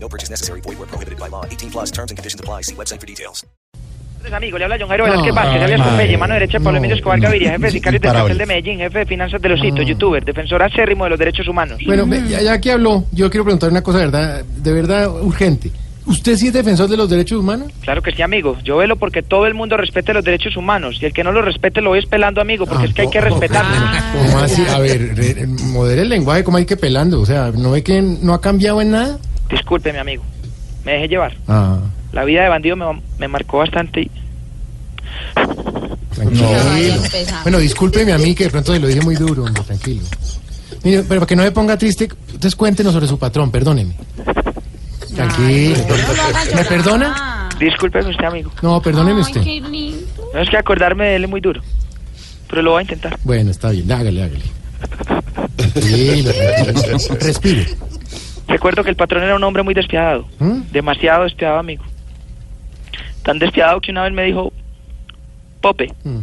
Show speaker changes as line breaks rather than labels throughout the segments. No purchase necessary. Void where prohibited by law. 18 plus terms and conditions apply. See website for details.
Amigo, le habla John Jairo Velázquez Vázquez, alias Popeye, mano derecha de Pablo Emilio Escobar Gaviria, jefe de sicarios del cartel de Medellín, jefe de finanzas de los hitos, youtuber, defensor acérrimo de los derechos humanos.
Bueno, ve- ya, ya que habló, yo quiero preguntar una cosa, de ¿verdad? De verdad, urgente. ¿Usted sí es defensor de los derechos humanos?
Claro que sí, amigo. Yo velo porque todo el mundo respete los derechos humanos y el que no los respete lo voy pelando, amigo, porque es que hay que respetarlos.
Ah. ¿Cómo así? A ver, re- modere el lenguaje, ¿cómo hay que pelando? O sea, ¿no ve que no ha cambiado en nada?
Discúlpeme, amigo. Me dejé llevar.
Ah,
La vida de bandido me, me marcó bastante. y-
tranquilo. Bueno, discúlpeme a mí que de pronto se lo dije muy duro, hombre, tranquilo. Mire, pero para que no me ponga triste, entonces cuéntenos sobre su patrón, perdóneme. Tranquilo. ¿Me perdona?
Discúlpeme usted, amigo.
No, perdóneme usted.
No es que acordarme de él es muy duro, pero lo voy a intentar.
Bueno, está bien, hágale, hágale. Tranquilo, tranquilo. Respire.
Recuerdo que el patrón era un hombre muy despiadado.
¿Mm?
Demasiado despiadado, amigo. Tan despiadado que una vez me dijo, Pope.
Mm.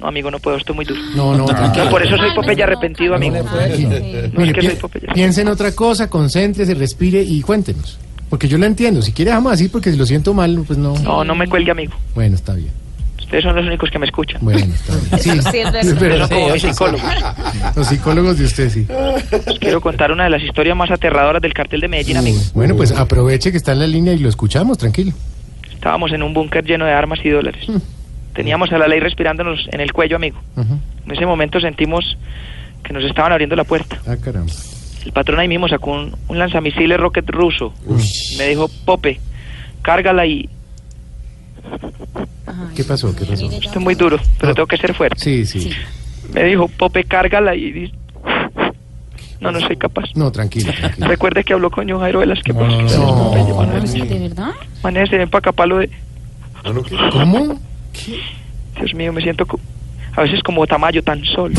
No, amigo, no puedo, esto es muy duro.
No, no, tranquilo.
Ah, No, por eso soy Popeye arrepentido, amigo.
pues.
No es
Mire,
que soy
pi-
Popeye.
piense en otra cosa, concéntrese, respire y cuéntenos. Porque yo la entiendo. Si quiere, dejamos así, porque si lo siento mal, pues no.
No, no me cuelgue, amigo.
Bueno, está bien.
Ustedes son los únicos que me escuchan.
Bueno, está bien. Sí,
Ustedes
pero
son como mis psicólogos.
los psicólogos de usted sí.
Les quiero contar una de las historias más aterradoras del cartel de Medellín, amigo.
Bueno, pues aproveche que está en la línea y lo escuchamos, tranquilo.
Estábamos en un búnker lleno de armas y dólares.
Mm.
Teníamos a la ley respirándonos en el cuello, amigo.
Ajá.
En ese momento sentimos que nos estaban abriendo la puerta.
Ah, caramba.
El patrón ahí mismo sacó un, un lanzamisiles rocket ruso. Me dijo, Pope, cárgala y...
¿Qué pasó? ¿Qué pasó?
Esto es muy duro, pero
No.
tengo que ser fuerte.
Sí, sí.
Me dijo, Pope, cárgala y... dis- No, no soy capaz.
No, tranquilo, tranquilo.
Recuerde que habló con John Jairo Velázquez.
No, no, no,
no.
¿De verdad?
Maneje, ven para acá, palo de...
¿Cómo?
Dios mío, me siento co- a veces como Tamayo tan solo.